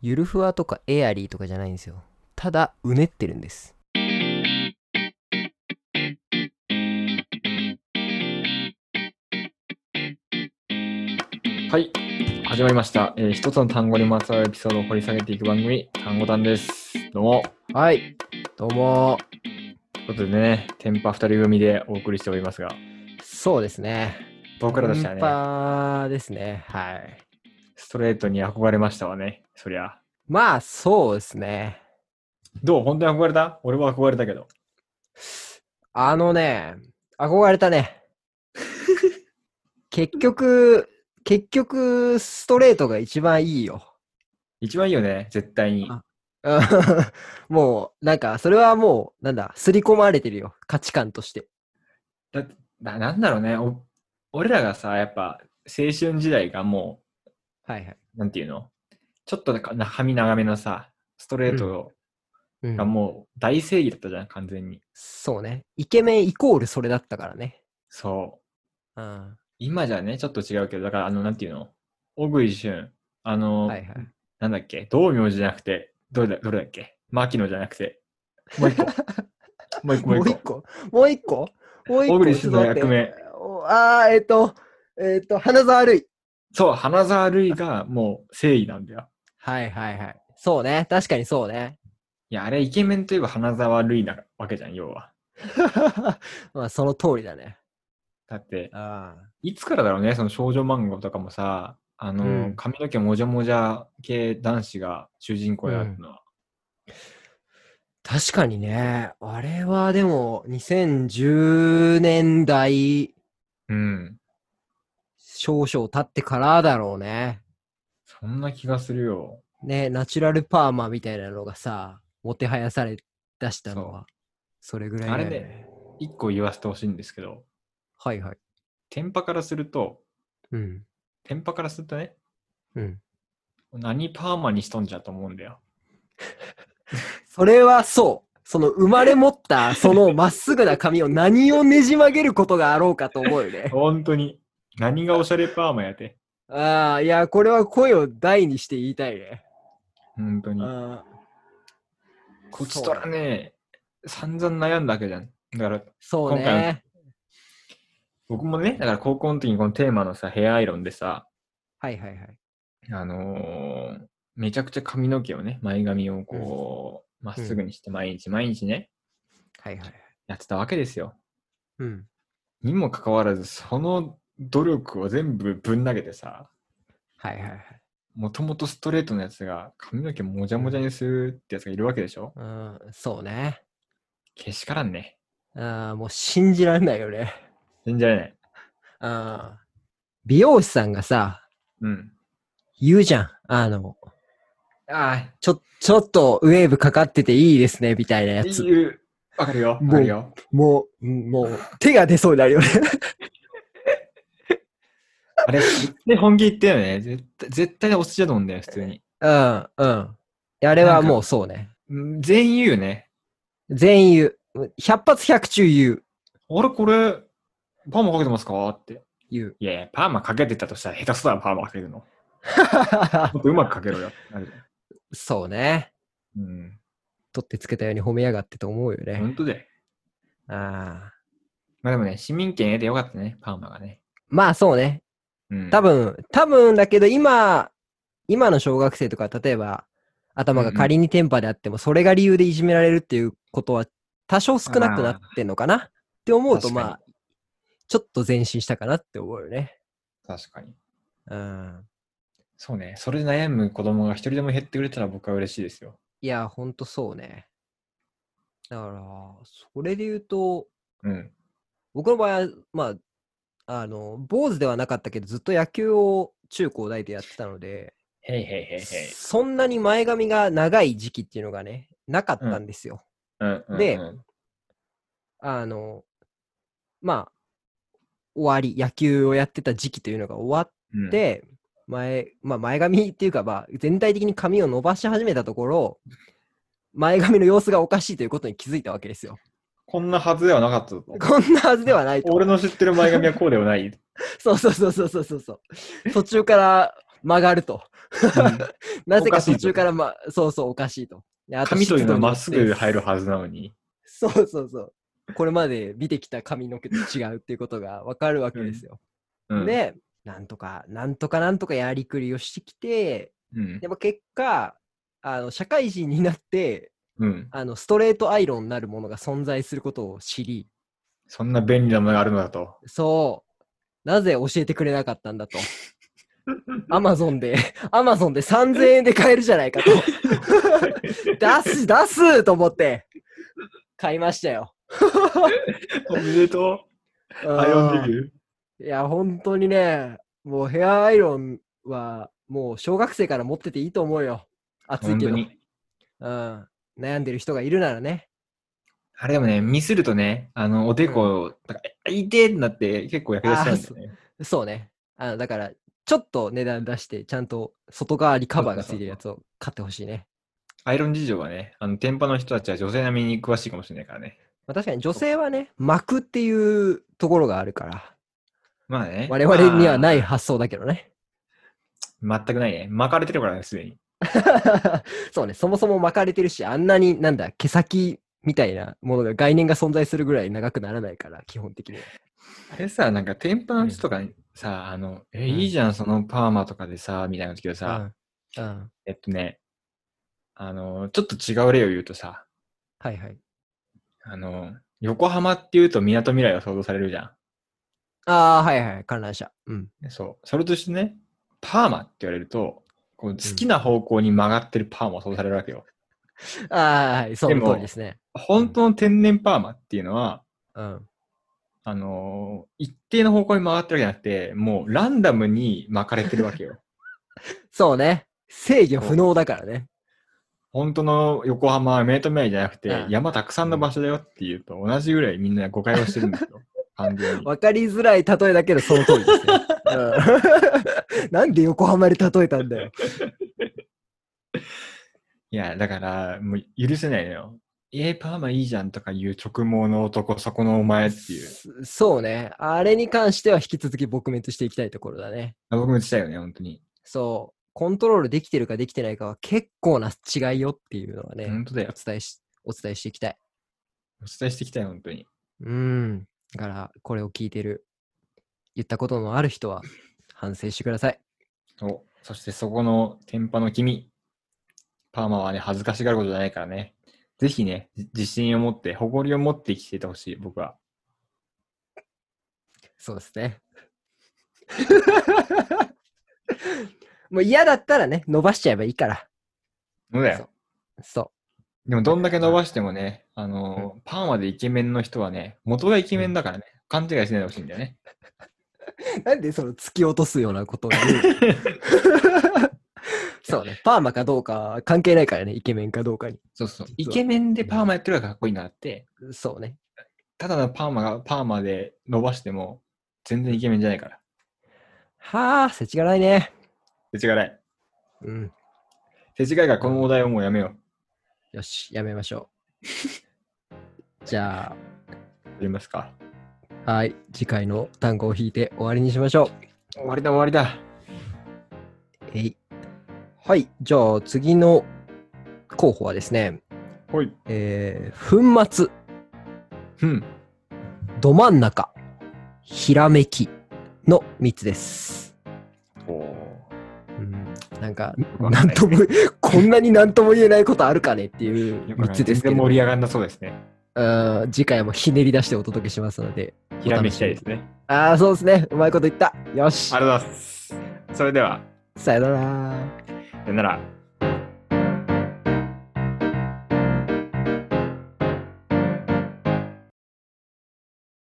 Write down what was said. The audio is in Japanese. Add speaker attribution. Speaker 1: ゆるふわとかエアリーとかじゃないんですよただうねってるんです
Speaker 2: はい始まりました、えー一つの単語にまつわるエピソードを掘り下げていく番組単語単ですどうも
Speaker 1: はいどうも
Speaker 2: ということでねテンパ2人組でお送りしておりますが
Speaker 1: そうですね
Speaker 2: 僕らとして
Speaker 1: ナ
Speaker 2: は
Speaker 1: ン
Speaker 2: ね
Speaker 1: パーですねはい
Speaker 2: ストレートに憧れましたわねそりゃ
Speaker 1: まあそうですね
Speaker 2: どう本当に憧れた俺は憧れたけど
Speaker 1: あのね憧れた ね結局結局ストレートが一番いいよ
Speaker 2: 一番いいよね絶対に
Speaker 1: あうんもうなんかそれはもうなんだ刷り込まれてるよ価値観として
Speaker 2: だななんだろうねお俺らがさやっぱ青春時代がも
Speaker 1: はいはいう
Speaker 2: なんていうのちょっとなんか髪長めのさストレート
Speaker 1: うん
Speaker 2: がもう大正義だったじゃん完全に
Speaker 1: そうね。イケメンイコールそれだったからね。
Speaker 2: そう
Speaker 1: うん。
Speaker 2: 今じゃね、ちょっと違うけど、だから、あの、なんていうの小栗旬、あの、
Speaker 1: はいはい。
Speaker 2: なんだっけ道明寺じゃなくて、どれだどれだっけ牧野じゃなくて、もう一個。 もう一個、
Speaker 1: も
Speaker 2: もう
Speaker 1: う
Speaker 2: 一
Speaker 1: 一
Speaker 2: 個。
Speaker 1: 個もう一個もう一個
Speaker 2: 小栗旬の役
Speaker 1: ち
Speaker 2: 名。
Speaker 1: ょっと待っておあー、えっ、と、えっ、と、花沢類。
Speaker 2: そう、花沢類がもう正義なんだよ。
Speaker 1: はいはいはい。そうね。確かにそう ね。
Speaker 2: いや、あれ、イケメンといえば花沢類なわけじゃん、要は。
Speaker 1: まあ、その通りだね。
Speaker 2: だって、
Speaker 1: あ
Speaker 2: いつからだろうね、その少女漫画とかもさ、あの、
Speaker 1: うん
Speaker 2: 髪の毛もじゃもじゃ系男子が主人公やるのは、
Speaker 1: 確かにね。あれはでも、2010年代
Speaker 2: うん。
Speaker 1: 少々経ってからだろうね。
Speaker 2: そんな気がするよ。
Speaker 1: ね、ナチュラルパーマみたいなのがさ、もてはやされ出したのは、それぐらいだよ
Speaker 2: あれね一個言わせてほしいんですけど、
Speaker 1: はいはい。
Speaker 2: テンパからすると、
Speaker 1: うん。
Speaker 2: テンパからするとね、
Speaker 1: うん。
Speaker 2: 何パーマにしとんじゃと思うんだよ。。
Speaker 1: それはそう。その生まれ持った、そのまっすぐな髪を何をねじ曲げることがあろうかと思うよね
Speaker 2: 本当に。何がおしゃれパーマやて。
Speaker 1: ああ、いや、これは声を大にして言いたいね。
Speaker 2: 本当に。
Speaker 1: あー
Speaker 2: こちとらね、散々悩んだわけじゃん。だから、
Speaker 1: そう
Speaker 2: 今回
Speaker 1: ね。
Speaker 2: 僕もね、だから高校の時にこのテーマのさ、ヘアアイロンでさ、
Speaker 1: はいはいはい。
Speaker 2: あのーめちゃくちゃ髪の毛をね、前髪をこう、ま、っすぐにして毎日毎日ね、
Speaker 1: はいはい。
Speaker 2: やってたわけですよ。
Speaker 1: うん。
Speaker 2: にもかかわらず、その努力を全部ぶん投げてさ、
Speaker 1: はいはいはい。
Speaker 2: もともとストレートのやつが髪の毛もじゃもじゃにするってやつがいるわけでしょ
Speaker 1: うん、そうね。
Speaker 2: けしからんね。
Speaker 1: ああ、もう信じられないよね。
Speaker 2: 信じられない。
Speaker 1: ああ。美容師さんがさ、
Speaker 2: うん。
Speaker 1: 言うじゃん。あの、
Speaker 2: あ
Speaker 1: ちょ、ちょっとウェーブかかってていいですね、みたいな
Speaker 2: あ、
Speaker 1: やつ。
Speaker 2: いう。わかるよ。
Speaker 1: もう
Speaker 2: わかるよ。
Speaker 1: もう、うんもう、手が出そうになるよね。
Speaker 2: あれ、絶対本気言ってよね。絶対、絶対お寿司だと思うんだよ、普通に。
Speaker 1: うん、うん。あれはもうそうね。
Speaker 2: うん全員言うよね。
Speaker 1: 全員言う。100発100中言う。
Speaker 2: あれ、これ、パーマかけてますかって。
Speaker 1: 言 う。
Speaker 2: いやいや、パーマかけてたとしたら下手くそだろ、パーマかけるの。もっとうまくかけろよ。なるじゃん
Speaker 1: そうね。
Speaker 2: うん。
Speaker 1: 取ってつけたように褒めやがってと思うよね。
Speaker 2: 本当で。
Speaker 1: ああ
Speaker 2: まあでもね、市民権得てよかったね、パーマがね。
Speaker 1: まあそうね。
Speaker 2: うん。
Speaker 1: 多分、多分だけど今、今の小学生とか、例えば、頭が仮にテンパであっても、それが理由でいじめられるっていうことは、多少少なくなってんのかなって思うと、
Speaker 2: 確かに
Speaker 1: まあ、ちょっと前進したかなって思うよね。
Speaker 2: 確かに。
Speaker 1: うん。
Speaker 2: そうね、それで悩む子供が一人でも減ってくれたら僕は嬉しいですよ。
Speaker 1: いや、ほんとそうね。だから、それで言うと、
Speaker 2: うん。
Speaker 1: 僕の場合は、まあ、あの、坊主ではなかったけど、ずっと野球を中高大でやってたので、
Speaker 2: へいへいへいへい。
Speaker 1: そんなに前髪が長い時期っていうのがね、なかったんですよ。
Speaker 2: うんうん
Speaker 1: で
Speaker 2: うん
Speaker 1: あの、まあ、終わり、野球をやってた時期というのが終わ
Speaker 2: うん、
Speaker 1: って、前、まあ、前髪っていうか、まあ、全体的に髪を伸ばし始めたところ、前髪の様子がおかしいということに気づいたわけですよ。
Speaker 2: こんなはずではなかったぞと。
Speaker 1: こんなはずではないと。
Speaker 2: 俺の知っ てる前髪はこうではない。
Speaker 1: そうそうそうそうそうそうそう。途中から曲がると。なぜ
Speaker 2: お
Speaker 1: か
Speaker 2: かしい
Speaker 1: 途
Speaker 2: と
Speaker 1: 中から、まあ、そうそう、おかしいと。であ
Speaker 2: 髪というのは
Speaker 1: 湿度によっ
Speaker 2: まってすぐ入るはずなのに。
Speaker 1: そうそうそう。これまで見てきた髪の毛と違うっていうことがわかるわけですよ。
Speaker 2: うん、
Speaker 1: で、なんとか、なんとかなんとかやりくりをしてきて、
Speaker 2: うん
Speaker 1: で。も結果、あの社会人になって
Speaker 2: うん。
Speaker 1: あのストレートアイロンなるものが存在することを知り
Speaker 2: そんな便利なものがあるのだと。
Speaker 1: そうなぜ教えてくれなかったんだとアマゾンでアマゾンで3000円で買えるじゃない かと出す出すと思って買いましたよ
Speaker 2: おめでとう。アイロンデビュー。
Speaker 1: いや、本当にね、もうヘアアイロンは、もう小学生から持ってていいと思うよ。暑い
Speaker 2: 本
Speaker 1: け
Speaker 2: 当
Speaker 1: ど。
Speaker 2: に。
Speaker 1: うん、悩んでる人がいるならね。
Speaker 2: あれでもね、ミスるとね、あの、おでこ、なんか、痛えってなって結構やけどしちゃうんだよね。
Speaker 1: そうね。あのだから、ちょっと値段出して、ちゃんと外側にカバーがついてるやつを買ってほしいね。
Speaker 2: アイロン事情はね、あの、店舗の人たちは女性並みに詳しいかもしれないからね。
Speaker 1: まあ、確かに女性はね、巻くっていうところがあるから、
Speaker 2: まあね。。
Speaker 1: 我々にはないい発想だけどね。
Speaker 2: 全くないね。巻かれてるからね、すでに。
Speaker 1: そうね、そもそも巻かれてるし、あんなになんだ、毛先みたいなものが概念が存在するぐらい長くならないから、基本的には。
Speaker 2: あれさ、なんか、店舗の人とかにさ、あの、え、いいじゃん、そのパーマとかでさ、みたいな時はさ、
Speaker 1: うん、うん。
Speaker 2: えっとね、あの、ちょっと違う例を言うとさ、
Speaker 1: はいはい。
Speaker 2: あの、横浜っていうと港未来が想像されるじゃ
Speaker 1: ああ、はいはい、観覧車。うん。
Speaker 2: ん。そう。それとしてね、パーマって言われると、こう好きな方向に曲がってるパーマを想像されるわけよ。
Speaker 1: ああ、はい、そ
Speaker 2: で
Speaker 1: の
Speaker 2: も
Speaker 1: 通りですね。
Speaker 2: 本当の天然パーマっていうのは、
Speaker 1: うん。
Speaker 2: あのー一定の方向に曲がってるわけじゃなくて、もうランダムに巻かれてるわけよ。
Speaker 1: そうね。制御不能だからね。
Speaker 2: 本当の横浜はメイトメイじゃなくて、
Speaker 1: うん
Speaker 2: 山たくさんの場所だよっていうと同じぐらいみんな誤解をしてるんで すよ。完全に。
Speaker 1: わかりづらい例えだけど、その通り ですね。うん、 なんで横浜で例えたんだよ。
Speaker 2: いや、だから、もう許せないのよ。えー、パーマいいじゃんとかいう直毛の男、そこのお前っていう。
Speaker 1: そそうね。あれに関しては引き続き撲滅していきたいところだね。
Speaker 2: 僕も言ってたよね、本当に。
Speaker 1: そう。コントロールできてるかできてないかは結構な違いよっていうのはね、
Speaker 2: 本当だよ
Speaker 1: お。伝えし、お伝えしていきたい。
Speaker 2: お伝えしてきたよ、本当に。
Speaker 1: うん。だから、これを聞いてる、言ったことのある人は、反省してください。
Speaker 2: おそしてそこの天パの君。パーマはね、恥ずかしがることじゃないからね。ぜひね、じ自信を持って、誇りを持って生きていてほしい、僕は。
Speaker 1: そうですね。 もう嫌だったらね、伸ばしちゃえばいいから。
Speaker 2: そうだよ。
Speaker 1: そ
Speaker 2: でも、どんだけ伸ばしてもね、あのー、パーマでイケメンの人はね、元がイケメンだからね、勘違いしないでほしいんだよ ね。
Speaker 1: う。なんでその突き落とすようなことを言うの そうね。パーマかどうかは関係ないからね、イケメンかどうかに。
Speaker 2: そうそう。イケメンでパーマやってるからかっこいいなって、
Speaker 1: そうね。
Speaker 2: ただのパーマがパーマで伸ばしても全然イケメンじゃないから。
Speaker 1: はあ、せちがないね。
Speaker 2: 世知辛い。
Speaker 1: うん。
Speaker 2: 世知辛いからこのお題をもうやめよ
Speaker 1: よし、やめましょ う。じゃ
Speaker 2: う。やりますか。
Speaker 1: あ、はい。次回の単語を引いて終わりにしましょう。
Speaker 2: 終わりだ終わりだ。
Speaker 1: えい。はい。じゃあ、次の候補はですね、
Speaker 2: ほい。
Speaker 1: えー、粉末。
Speaker 2: うん。
Speaker 1: ど真ん中、ひらめきの3つです。
Speaker 2: おお。
Speaker 1: うん、なんか、
Speaker 2: わ
Speaker 1: な
Speaker 2: かん
Speaker 1: ん
Speaker 2: ない
Speaker 1: とも、こんなになんとも言えないことあるかねっていう3つですけ
Speaker 2: 全然
Speaker 1: ど
Speaker 2: 盛、り上がんなそうですね。
Speaker 1: うん次回もひねり出してお届けしますので。
Speaker 2: ひらめきたいですね。
Speaker 1: ああ、そうですね。うまいこと言った。よし
Speaker 2: あ。りがとうございます。それでは、
Speaker 1: さよなら。
Speaker 2: さよなら。